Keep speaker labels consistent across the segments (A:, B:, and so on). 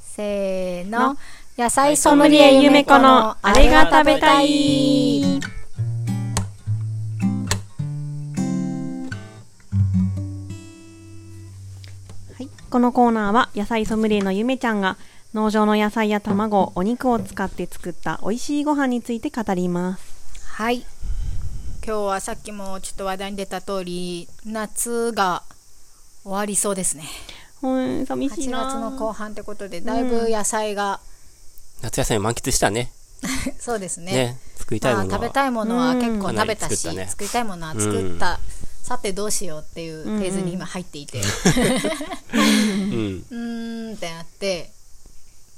A: せーの。野菜ソムリエゆめこのあれが食べたい。
B: はい、このコーナーは野菜ソムリエのゆめちゃんが農場の野菜や卵、お肉を使って作った美味しいご飯について語ります。
A: はい。今日はさっきもちょっと話題に出た通り、夏が終わりそうですね。
B: うん、寂しい
A: 8
B: な。
A: 月の後半ってことで、だいぶ野菜が、
C: 夏野菜満喫したね。
A: そうですね。
C: ね。作りたい
A: ま
C: も
A: あ、
C: のは。
A: 食べたいものは結構
C: うん
A: 食べたし、
C: かなり作ったね
A: 作りたいものは作った、さてどうしようっていうフェーズに今入っていて、
C: うん。
A: うーんってなって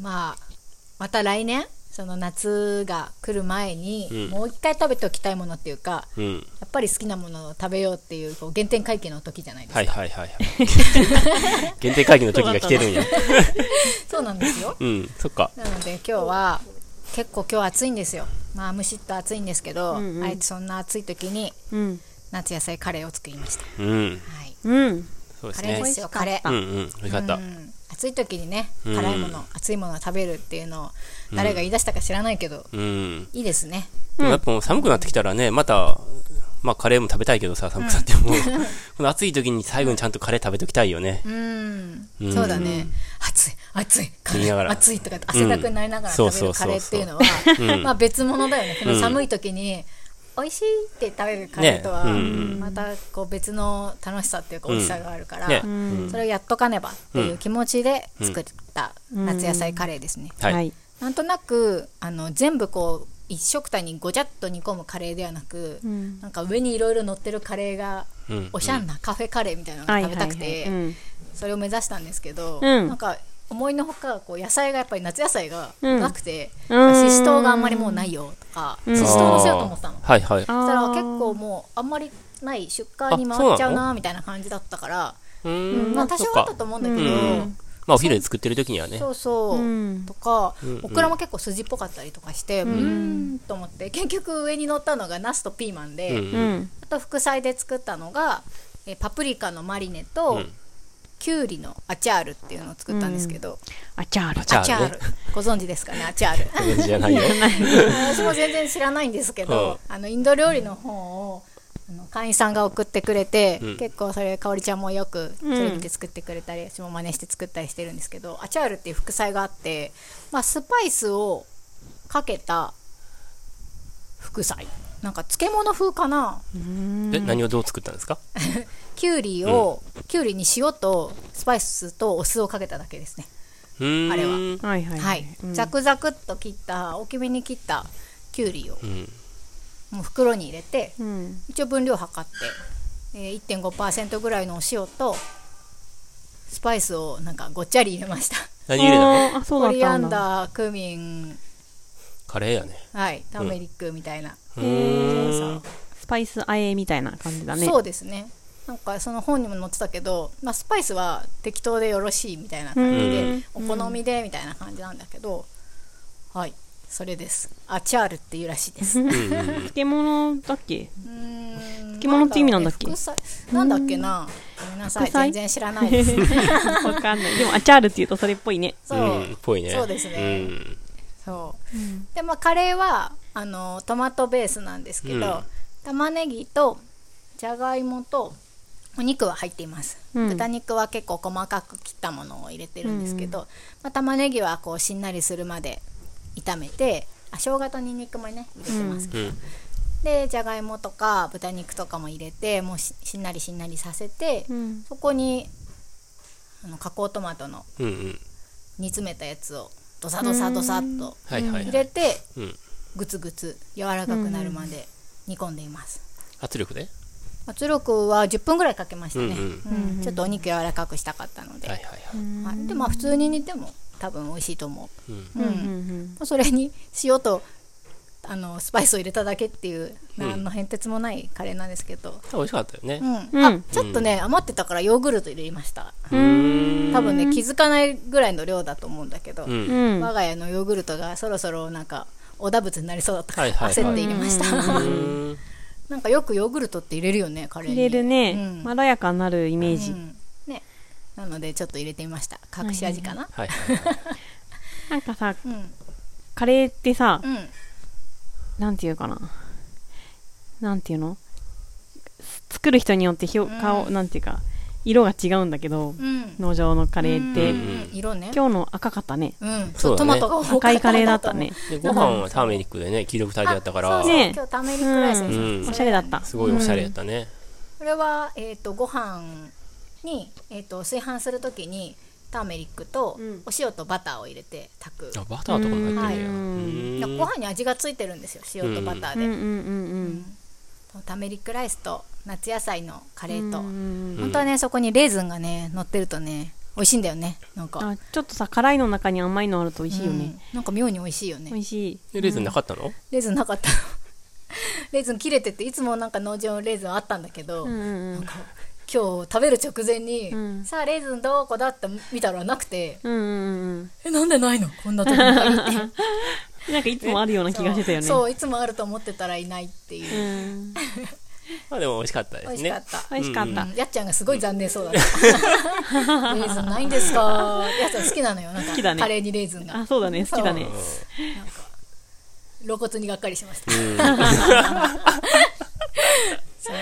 A: まあまた来年その夏が来る前に、
C: うん
A: もう一回食べておきたいものっていうか
C: うん。
A: やっぱり好きなものを食べようっていうこう原点回帰の時じゃないですか、
C: はいはいはいはい。 限定会議の時が来 てるんや。
A: そうなんですよ
C: うん。そっか。
A: なので今日は結構今日暑いんですよまあむしっと暑いんですけど、
B: うんうん
A: あえてそんな暑い時に
B: うん、
A: 夏野菜カレーを作りました、
C: うん。
A: はい、
B: うん、
C: そうで
A: カ
C: す
A: レー
C: ね
A: で。すよカレー
C: うんうん。美味しかった
A: う。ん、暑い時にね
C: うん
A: 辛いもの、熱いものを食べるっていうのを誰が言い出したか知らないけど、
C: うん。
A: いいですね
C: でもやっぱもう寒くなってきたらね、また、まあカレーも食べたいけどさ、寒くなっても、 この暑い時に最後にちゃんとカレー食べときたいよね。
A: うん、
C: うん
A: そうだね暑い暑いカレ
C: 言いなが
A: ー
C: ら
A: 暑いとかって汗だくになりながら
C: うん
A: 食べるカレーっていうのは、
C: うそうそううん
A: まあ別物だよね、この
C: うん
A: 寒い時に美味しいって食べるカレーとは、
C: ねうん
A: またこう別の楽しさっていうか美味しさがあるから、
C: ね。う
A: そ
C: ん
A: れをやっとかねばっていう気持ちで作った
B: うん
A: 夏野菜カレーですね、
B: は
C: はいい。、
A: なんとなくあの全部こう一食単にごちゃっと煮込むカレーではなく、
B: うん
A: なんか上にいろいろ乗ってるカレーが、
C: うん
A: おしゃんなカフェカレーみたいなのが
B: はい
A: 食べたくて、
B: はいはいうん
A: それを目指したんですけど、
B: うん
A: なんか思いのほかこう野菜がやっぱり夏野菜が
B: うん
A: なくて、
B: うん
A: まあししとうがあんまりもうないよとか、
B: うん
A: ししとうのせようと思ってたの。
C: はいはい。
A: そしたら
B: あー
A: 結構もうあんまりない出荷に回っちゃうなみたいな感じだったから、
C: うん
A: まあ多少あったと思うんだけど、
C: うんまあお昼で作ってる時にはね。
A: そうそう、
B: うん
A: とか、
C: んうん
A: オクラも結構筋っぽかったりとかしてうーんと思って結局上に乗ったのがナスとピーマンで、
C: うん
B: うん、
A: あと副菜で作ったのがえーパプリカのマリネと、
C: うん
A: きゅうりのアチャールっていうのを作ったんですけど、
B: あちゃーる。
C: チャ
A: アチャ
C: ー
A: ー
C: ル
A: ル
C: ね。
A: ご存知ですかねアチャー ル
C: ご存知じゃないよ。
A: 私も全然知らないんですけど、あのインド料理の本をあの会員さんが送ってくれて、
C: うん
A: 結構それかおりちゃんもよくそれ見て作ってくれたり、私も真似して作ったりしてるんですけどアチャールっていう副菜があって、まあ、スパイスをかけた副菜なんか漬物風かな
C: で、何をどう作ったんですか
A: きゅうりを、きゅうりに塩とスパイスとお酢をかけただけですね
C: うーん。
A: あれは
B: はいはい
A: はい、ザクザクっと切った大きめに切ったきゅうりを
C: うん。
A: もう袋に入れて、
B: うん、
A: 一応分量測って、えー、1.5%ぐらいのお塩とスパイスをなんかごっちゃり入れました
C: 何入れたの
B: あーあそうだ
A: コ
B: っ
A: リア
B: た
A: ン
B: んだ。
A: ダークミン
C: カレーやね。
A: はいターメリックみたいな、
C: う
B: へ
C: ー
B: ー
C: ん。
B: スパイスあえみたいな感じだね。
A: そうですねなんかその本にも載ってたけど、まあ、スパイスは適当でよろしいみたいな感じ
C: う
A: で
C: ん
A: お好みでみたいな感じなんだけどはいそれですアチャールっていうらしい です
C: うんうんうん
B: 漬物だっけ？
A: 漬
B: 漬物って意味なんだっけ
A: なんだっけなごめんなさい
B: 副菜
A: 全然知らないです
B: わかんない。でもアチャールって言うとそれっぽいね。
A: そう、
C: うんっぽいね。
A: そうですね
C: うん
A: そう、でまあカレーはあのトマトベースなんですけど、
C: うん
A: 玉ねぎとじゃがいもとお肉は入っています、
B: うん
A: 豚肉は結構細かく切ったものを入れてるんですけど、まあ、玉ねぎはこうしんなりするまで炒めてあ生姜とにんにくもね入れてますけど、
C: うん
A: でじゃがいもとか豚肉とかも入れてもうししんなりしんなりさせて、
B: うん
A: そこにあの加工トマトの
C: うんうん。
A: 煮詰めたやつをドサドサドサっと
C: はいはいはい。
A: 入れて
C: うん。
A: グツグツ柔らかくなるまで煮込んでいます、
C: 圧力で
A: 圧力は10分ぐらいかけましたね、
C: うん
A: うんちょっとお肉柔らかくしたかったので、
C: はいは
A: はいい
C: はい。
A: でまあ普通に煮ても多分美味しいと思う
C: うん。
A: うん、それに塩とあのスパイスを入れただけっていう
C: うん
A: 何の変哲もないカレーなんですけど、
C: 美味しかったよね
A: う。ん
B: うん
A: あちょっとね、余ってたからヨーグルト入れました多分ね気づかないぐらいの量だと思うんだけど、
C: う。
B: うんん。
A: 我が家のヨーグルトがそろそろなんかおだぶつになりそうだったから、
C: はいはいはい
A: 焦って入れました、
C: うん
A: なんかよくヨーグルトって入れるよねカレーに
B: 入れる
A: う
B: ね
A: ん、
B: まろやかになるイメージ
A: う。んねなのでちょっと入れてみました隠し味かな、
C: はいはい。
B: かさ、
A: うん
B: カレーってさ、
A: うん
B: なんていうかな。なんていうの作る人によってひょ
A: ん
B: 顔、なんていうか、色が違うんだけど、
A: うん
B: 農場のカレーって、
A: うんうん色ね
B: 今日の赤かったね。
A: うん
C: そうだね
A: トマトが多かった
B: 赤いカレーだったね。
C: でご飯はターメリックで ね黄色く炊いてあったから
A: そうそう
B: ね
A: 今日ターメリックライスです
C: うん
A: そ
B: おしゃれだった。
C: すごいおしゃれやったね、
A: これは、えー、とご飯に、えー、と炊飯するときにターメリックと
B: うん
A: お塩とバターを入れて炊く、
C: あバターとかも入ってるやん
B: う
C: うん
B: ん
A: だからご飯に味がついてるんですよ塩とバター
B: うん
A: で、
B: うんうん
A: ターメリックライスと夏野菜のカレ
B: うん。
A: ーと、
B: うん
A: 本当はねそこにレーズンがね乗ってるとね美味しいんだよねなんか
B: あちょっとさ、辛いの中に甘いのあると美味しいよ
A: う
B: ね
A: ん。なんか妙に美味しいよね
B: 美味しい。
C: でレーズンなかったの、
A: レーズンなかった レーズン切れてていつもなんか農場のレーズンあったんだけど、
B: うんうんう
A: 今
B: ん。
A: 日食べる直前に、
B: うん
A: さあレーズンどこだって見たらなくて、
B: うんうんうん。
A: えなんでないのこんなとこに入って
B: なんかいつもあるような 気がしてたよね。
A: そうそういつもあると思ってたらいないっていう
B: う、ん。
C: まあでも美味しかったです
A: 美
C: ね
A: 味しかった
B: 美味しかった。
A: うんやっちゃんがすごい残念 そうだった、レーズンないんですかやっちゃん好きなのよなんか
B: 好きだね
A: カレーにレーズンが
B: あ、そうだね。好きだね。
A: なんか露骨にがっかりしました、
C: うん
A: そう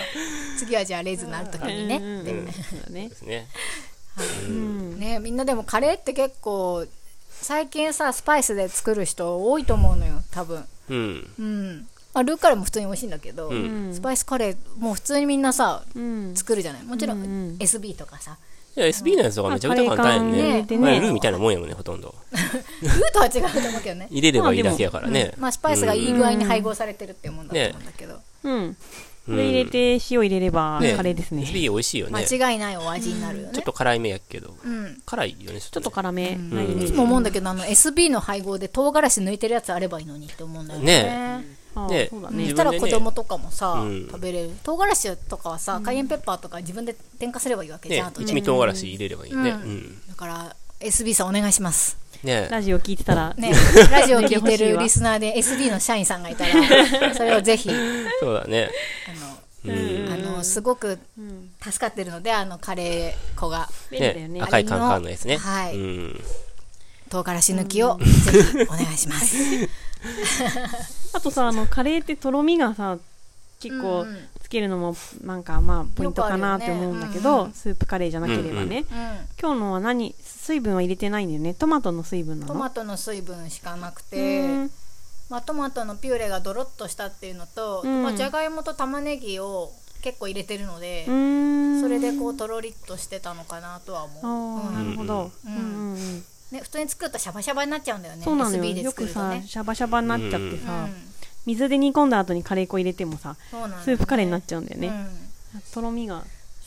A: 次はじゃあレーズンのある時に
B: うん
A: ね、
B: うんうんそうだね
C: で。すね
B: うん。
A: ねみんなでもカレーって結構最近さスパイスで作る人多いと思うのよ多分
C: うん
A: うん、まあ、ルーカレーも普通に美味しいんだけど、
C: うん
B: うん
A: スパイスカレーもう普通にみんなさ
B: うん。
A: 作るじゃないもちろん
B: うんうん
A: SB とかさ
C: いや SB のやつとかめちゃくちゃ簡単やん
A: まあカレー缶入
C: ね
A: れて
B: ね
C: まあルーみたいなもんやもんねほとんど
A: ルーとは違うと思うけどね
C: 入れればいいだけやからね、
A: まあスパイスがいい具合に配合されてるっていうもんだと思うんだけど、
B: うん。こ
C: うん
B: れ入れて、塩入れれば、
C: ね
B: カレーですね。
C: SB 美味しいよねちょ
A: 間違いないお味になるよね、
C: っと辛いめやけど
A: うん
C: 辛いよねちょっ
B: ちょ
C: と
B: っ
C: ね
B: と辛め
A: ん
B: なイメ
A: いつ
B: ージ。
A: も思うんだけどあの SB の配合で唐辛子抜いてるやつあればいいのにって思うんだよね
B: あ
C: ね
B: そうだ
A: そ
B: ね
A: し
C: 自。
A: た
C: 分でね
A: ら子供とかもさ、
C: うん
A: 食べれる唐辛子とかはさカイエンペッパーとか自分で添加すればいいわけじゃん、
C: ね
A: あとね
C: 一味唐辛子入れればいいね、
A: う
C: うんん
A: だから SB さんお願いします
C: ね
B: ラジオ聞いて たら、
A: ね、ラジオ聞いてるリスナーで SB の社員さんがいた ら、それをぜひ、あ
C: そうだね
A: の、
C: うん、
A: あの、すごく
B: うん
A: 助かってるので、あの、カレー粉が、
B: 便利だよね。
C: 赤いカンカンのやつね
A: はい
C: うん、
A: 唐辛子抜きを、ぜひお願いします。
B: あとさ、あの、カレーってとろみがさ、 結構
A: うんうん
B: つけるのも、なんかまあ、ポイントかなって思うんだけ
A: よくあるよねうんう
B: ど
A: ん、
B: スープカレーじゃなければね。
A: うん。
B: 今日のは何水分は入れてないんだよね。トマトの水分なの
A: トマトの水分しかなく
B: うー
A: て
B: ん、
A: まあ、トマトのピューレがドロッとしたっていうのと、
B: うん
A: まあ、じゃがいもと玉ねぎを結構入れてるので
B: う、ーん。
A: それでこう、とろりっとしてたのかなとは思
B: ああ、な
A: う。うん
B: るほど。
A: う
B: うんんうんうん。
A: ね、普通に作るとシャバシャバになっちゃうんだよね。
B: そうなの
A: SB
B: よ。
A: で
B: よ
A: 作
B: く
A: ると
B: さ、
A: ね。
B: シャバシャバになっちゃってさ
A: う、ん
B: 水で煮込んだ後にカレー粉入れてもさ、
A: そうなんだよね
B: スープカレーになっちゃうんだよ
A: う
B: ね。
A: ん
B: とろみが。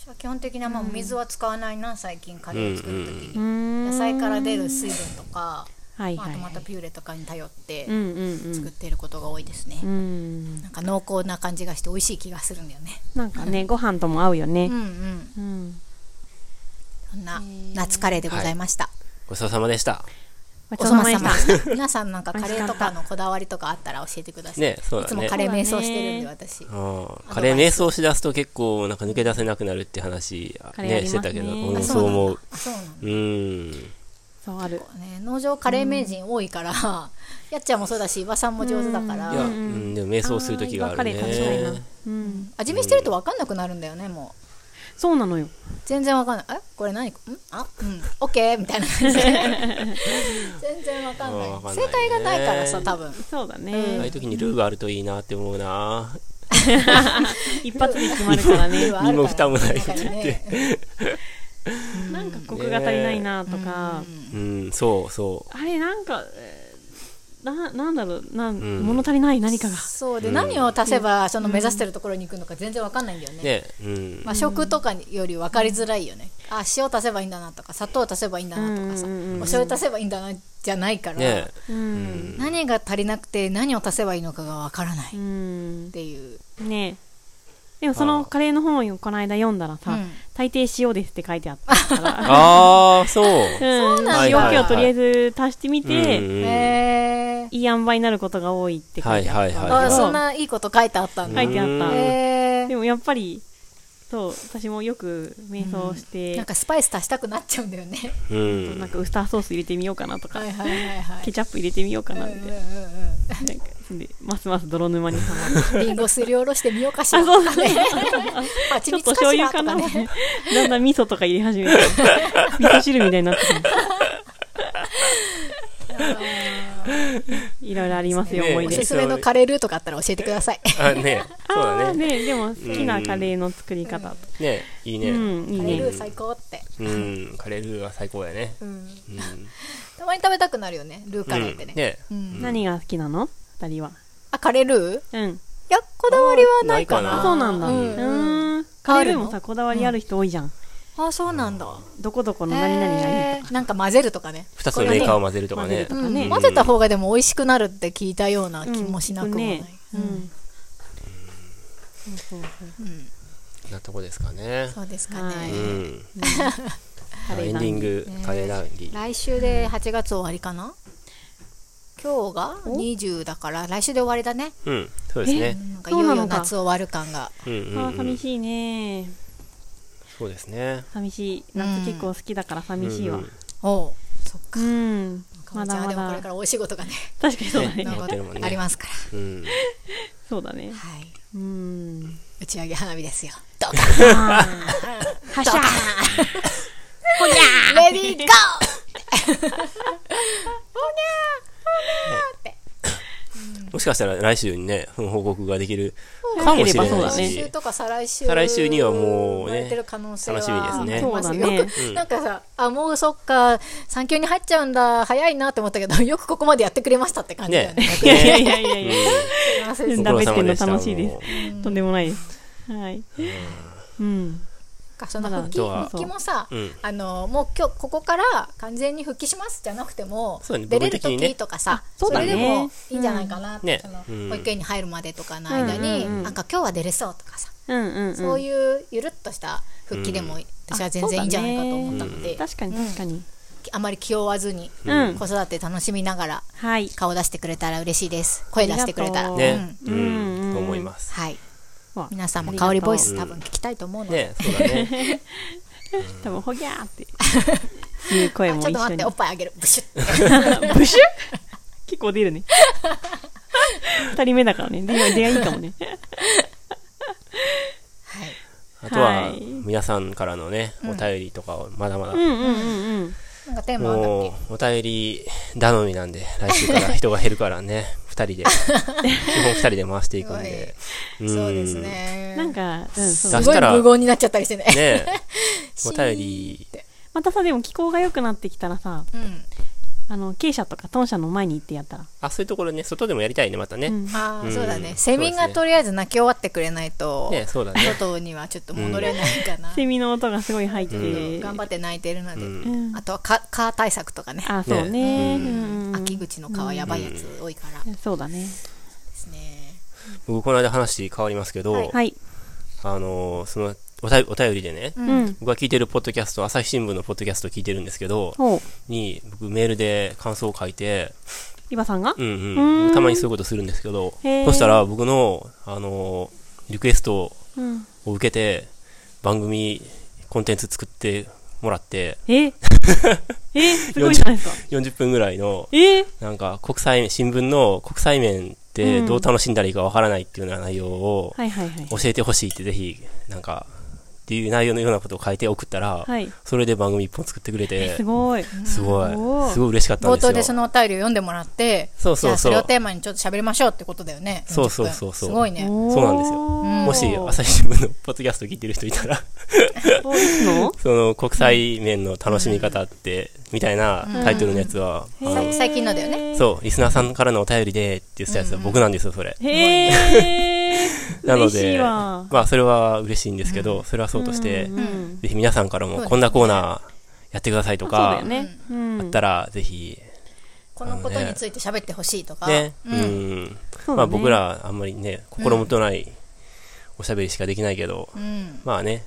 A: 私は基本的にはまあお水は使わないな、最近カレーを作る時に、
B: 野
A: 野菜から出る水分とか、
B: はい
A: まあ、
B: はい
A: ト
B: は
A: マ
B: い
A: トピューレとかに頼って
B: うんうんうん
A: 作っていることが多いですね、
B: うん
A: なんか濃厚な感じがして美味しい気がするんだよね
B: なんかねご飯とも合うよ
A: う
B: ね
A: んうん
B: うん
A: そんな夏カレーでございました、
C: ごちそうさまでした
B: ごち
A: お
B: そう
A: さ
B: さ
A: ま
B: ま
A: で
B: で
A: し
B: したた
A: 皆さんなんかカレーとかのこだわりとかあったら教えてください、
C: ねそうだね
A: いつもカレー瞑想してるんで
B: そうだね
A: 私、
C: うんカレー瞑想しだすと結構なんか抜け出せなくなるって話、
B: カレーありま
C: ね、
B: すね
C: してたけど、
B: ん
C: 俺
A: あ
C: も
A: そ
C: そう
A: うな
C: 思
A: ん
C: う
A: だ。あそうなんだ
C: うん。
B: そうある
A: ね、農場カレー名人多いから、やっちゃんもそうだし岩さんも上手だから、
C: いや、うん、でも瞑想する時がある
B: あー今カレー食べたいな
C: ね。
B: うん
A: 味見してると分かんなくなるんだよねもう
B: そうなのよ
A: 全然分かんないえこれ何んあうんオッケ ーみたいな感じで全然分かんない
C: うん分かんないね
A: 正解がないからさ多分
B: そうだ
C: ああい
B: ね
C: う時にルーがあるといいなって思うな。
B: 一発で決まるからね
A: はある
C: 身も
A: から
C: 蓋もない
A: 中にね
B: なんかコクが足りないなとか
C: うん、そうそ
B: あれなんかえーななんだろうなん
C: ん
B: 物足りない何かが
A: そうで、何を足せばその目指してるところに行くのか全然分かんないんだよね
C: う。ね、うん
A: ま。あ、食とかより分かりづらいよね、あ塩足せばいいんだなとか砂糖足せばいいんだなとかさ、
B: うんうんうん
A: お醤油足せばいいんだなじゃないから、
C: ね、
B: うん
A: 何が足りなくて何を足せばいいのかが分からないっ
B: うん
A: ていう、
B: ねでもそのカレーの本をこの間読んだら
A: う
B: さ
A: ん
B: 大抵塩ですって書いてあったから
C: ああ、そう。
B: うん、
A: なんだ
B: 塩気をとりあえず足してみて、
C: うんうん
A: へえ
B: いい塩梅になることが多いって書いてあったんだけど、
C: はいはいはい
A: あそんないいこと書いてあったんだ、
B: 書いてあった、
A: へえ
B: でもやっぱりそう私もよく瞑想して、
A: なんかスパイス足したくなっちゃうんだよね
C: う
B: なん
C: ん。
B: かウスターソース入れてみようかなとか、
A: はいはいはいは
B: ケ
A: い
B: チャップ入れてみようかなみたい
A: う
B: な,、
A: んうんうんうん
B: なんかそんでますます泥沼にはまる
A: リンゴすりおろしてみようかしら
B: あ
A: と
B: そう
A: かね 蜂
B: ちょっ
A: 蜜
B: と
A: か
B: 醤
A: し
B: 油
A: ら
B: か
A: と
B: な
A: か
B: みたい
A: ね
B: なだんだん味噌とか入れ始め て味噌汁みたいになってくるいろいろありますよ、
C: ねえ
B: 思い
A: お
B: 出
A: すすめのカレールーとかあったら教えてください
C: あ、ねそう
B: あ
C: だ
B: あ
C: ね。
B: ねでも好きなカレーの作り方と
C: ねいい
B: うん、
C: ね。
B: いい
A: カレール
B: ね
A: ー最高って、
C: うん。カレールーは最高やね。
A: うん
C: うん。
A: たまに食べたくなるよねルーカレーってね,、
C: うんね
A: うん
B: 何が好きなの二人は
A: あカレールーい
B: うん
A: やこだわりはないか
C: あ
A: な
C: ー
B: そうなんだ
A: うん
B: うんカレールーもさこだわりある人多いじゃん、
A: あそうなんだ
B: どこどこの何々がいい
A: へーなんか混ぜるとかね
C: 二つのメーカーを混ぜるとか
B: 混ぜる
C: ね
B: と。かね、
A: 混ぜた方がでも美味しくなるって聞いたような気もしなくもない、
B: うん
A: うん
B: そうそうそう
A: うん
C: なとこですかね。
A: そうですか
B: は
A: ね、
B: い
C: うん。
B: カレー
C: エンデ
B: ラン
C: ィング
A: ね、
C: カレーラウンディ。
A: 来週で8月終わりかな今日が20だから来週で終わりだね
C: うん。そうですね。
A: なんかい
B: そう
A: よ
B: ないのか
A: よ夏終わる感が
C: うんう
B: あー
C: んうん
B: 寂。しいね
C: そうですね。
B: 寂しい夏結構好きだから寂しいわ
C: うんうん
A: おうそっか
B: うん、
A: ま
B: まだ
A: だ
B: ま
A: でもこれ
B: だ
A: からお仕事がね
B: 確かにそうだね
C: ね
A: なん
C: 残
A: か
C: ってるもんね
A: ありますから、
C: うん。
B: そうだね
A: はい、
B: うん
A: 打ち上げ花火ですよドカン
B: はしゃ
A: レディーゴーほにゃーほにゃーって
C: もしかしたら来週にね、報告ができる
B: ー
C: かもしれ
B: そう
C: な
B: だ
C: い
B: ね
A: 来週
C: し。
A: とか再来週
C: 再来週にはもうね
A: 生まれてる可能性は
C: 楽しみですね
B: そうだね
A: よく
C: うん
A: なんかさあもうそっか産休に入っちゃうんだ早いなって思ったけど よくここまでやってくれましたって感じだよね
B: いやいやいやいやいや
A: 忘れ
B: う
A: て
B: ん
A: た
C: ご苦労様でし
B: 喋って
C: た
B: んの楽しいです
C: もう
B: とんでもないですはいうん
A: かその復帰
C: まだ今日は
A: 復帰もさ、
C: うん
A: あのもう今日ここから完全に復帰しますじゃなくても、
C: そうだね
A: 出れる
C: 部分的にね
A: 時とかさ
B: あそうだね
A: れでもいいんじゃないかなって、
C: ね
A: その
C: うん
A: 保育園に入るまでとかの間に、
B: うんうんうん
A: なんか今日は出れそうとかさ、
B: うんうんうん
A: そういうゆるっとした復帰でも、私は全然いいんじゃないかと思ったので、
B: 確かに確かに
A: あまり気負わずに、
B: うん
A: 子育て楽しみながら
B: はい
A: 顔出してくれたら嬉しいです声出してくれたら、
B: ありがと
A: う
B: う
C: ね
A: ん。
C: う
B: うんうん
C: ん。と思います。
A: はい
B: わ
A: 皆さんも
B: ありがとう
A: 香りボイス多分聞きたいと思うので、
C: ねそうだね。
B: 多分ほぎゃ ーっていう声
A: あ
B: も
A: ちょっ
B: 一
A: と
B: 緒
A: 待っ
B: に
A: ておっぱいあげるブシュッ
B: ブシュ結構出るね。二人目だからね。出会い出会いいかもね。
A: はい
C: あとは
B: はい、
C: 皆さんからのね、お便りとかをまだまだ
B: うんうんうんうん。
A: なんかテーマあったっけ
C: もう、お便り頼みなんで、来週から人が減るからね、二人で、基本二人で回していくんで。ん
A: そうです。ね。
B: なんか、うん、そう
C: 出
A: す
C: し
A: ごい
C: たら
A: 無言になっちゃったりしてね。
C: ねお便り、
B: またさ、でも気候が良くなってきたらさ、
A: うん。
B: あの、鶏舎とか豚舎の前に行ってやったら。
C: あ、そういうところね、外でもやりたいね、またね。
B: うん
A: ああ、
C: うん
A: そうだね。
C: そ
A: セ
C: うで
A: ミ
C: すね
A: がとりあえず鳴き終わってくれないと、
C: ねそうだね。
A: 外にはちょっと戻れないかな。
B: セミの音がすごい入って。
C: う
A: 頑張って鳴いてるので。
C: うん
B: うん
A: あとは蚊蚊対策とかね。
B: あ、そうね。
C: ね
B: うんうん
A: 秋口の蚊はやばいやつ多いからで
B: そうだね。
A: すね。
C: 僕、この間話変わりますけど、
B: はい。
C: あのーそのおた、お便りでね、
A: う
B: う。ん。
C: 僕が聞いてるポッドキャスト、朝日新聞のポッドキャスト聞いてるんですけど、
B: ほう。
C: に、僕メールで感想を書いて、
B: リバさんが
C: うんうん。
B: うーん
C: たまにそういうことするんですけど、
B: へー
C: そしたら僕の、あのーリクエスト
B: うん。
C: を受けて、番組、コンテンツ作ってもらって、
B: ええすごいじゃないですか。
C: 40分ぐらいの、
B: え
C: なんか国際、新聞の国際面ってどう楽しんだらいいかわからないっていうような内容を
B: はいはいはい
C: 教。えてほしいってぜひ、なんか、っていう内容のようなことを書いて送ったら、
B: はい。
C: それで番組一本作ってくれて
B: す、ごい。
C: すごい
B: おー、
C: すごい嬉しかったん
A: 冒
C: ですよ。
A: 頭でそのお便りを読んでもらって、
C: そう
A: じゃ
C: そう
A: あそ
C: そう
A: れをテーマにちょっと喋りましょうってことだよね。
C: そうそう
A: 40分
C: そうそう
A: すごいね。
C: そうなんですよもし朝日新聞のポッドキャスト聞いてる人いたら、
B: そうですの
C: その国際面の楽しみ方って、みたいなタイトルのやつは、あ
A: さ
C: の
A: 最近のだよね。
C: そう、リスナーさんからのお便りでって言ってたやつは僕なんですよ、それ。
B: へえ。
C: なの
B: 嬉し
C: で、
B: いわ
C: まあそれは嬉しいんですけど、それはそうとして、
B: うん
C: ぜひ皆さんからもこんなコーナーやってくださいと
B: そうだ
C: か
B: よ、ね。うん
C: あったらぜひ、
A: このことについて喋ってほしいとか。
C: ね、
A: う
C: うんん。
B: そうだね
C: まあ僕らあんまりね、心もとないおしゃべりしかできないけど、
A: うん。
C: まあね、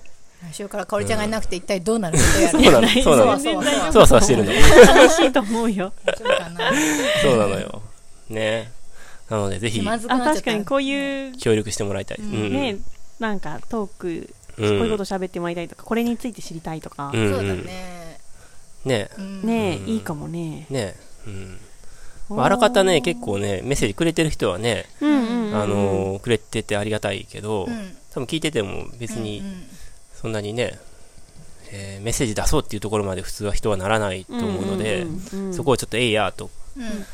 A: 来週からかおりちゃんがいなくて一体どうなることやら。
C: そうなの、そうなの、
A: そうそうそう
C: そわそわしてるの。
B: 楽しいと思うよ。
A: そうかな。
C: そうなのよ。ね。なので、ぜひ
A: 気、まずく
B: あ
A: なっちゃった。
B: 確かにこういう
C: 協力してもらいたい。うん。
B: ね、なんかトーク
C: うん
B: こういうこと喋ってもらいたいとかこれについて知りたいとか、
C: うん
A: そうだ
C: うん
A: ね
C: ね
A: うん
B: ねえ、
C: うん
B: いいかもね
C: えねえ、うんまあ、あらかたね結構ねメッセージくれてる人はね、
B: うんうんうん
C: あのーくれててありがたいけど、
A: うん
C: 多分聞いてても別
A: う
C: に
A: ん
C: そんなにね、えーメッセージ出そうっていうところまで普通は人はならないと思うので、
B: んうんうん
C: そこをちょっとえいやーと
A: うんうん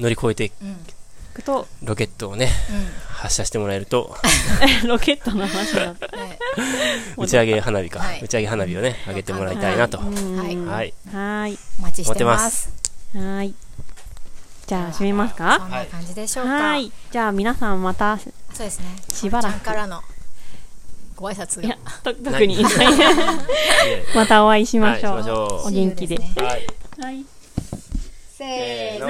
C: 乗り越えて
A: うん
B: 行くと
C: ロケットをね発射してもらえると
B: ロケットの話だった
A: うんはい
C: 打ち上げ花火か、
A: はい
C: 打ち上げ花火をね上げてもらいたいなと、
B: うんうん
A: はい
B: うん
C: はい
B: はい
A: お待ちしてます
B: はいじゃあ閉めます
A: そ
B: か
A: んな感じでしょうか
B: はいじゃあ皆さんまた
A: そうですね
B: しばらく
A: ちゃんからのご挨拶
B: い
A: が
B: やと特に またお会いしましょう、
C: はいしましょう
B: お元気で、
A: See you すね
C: はい
B: はい
A: せーの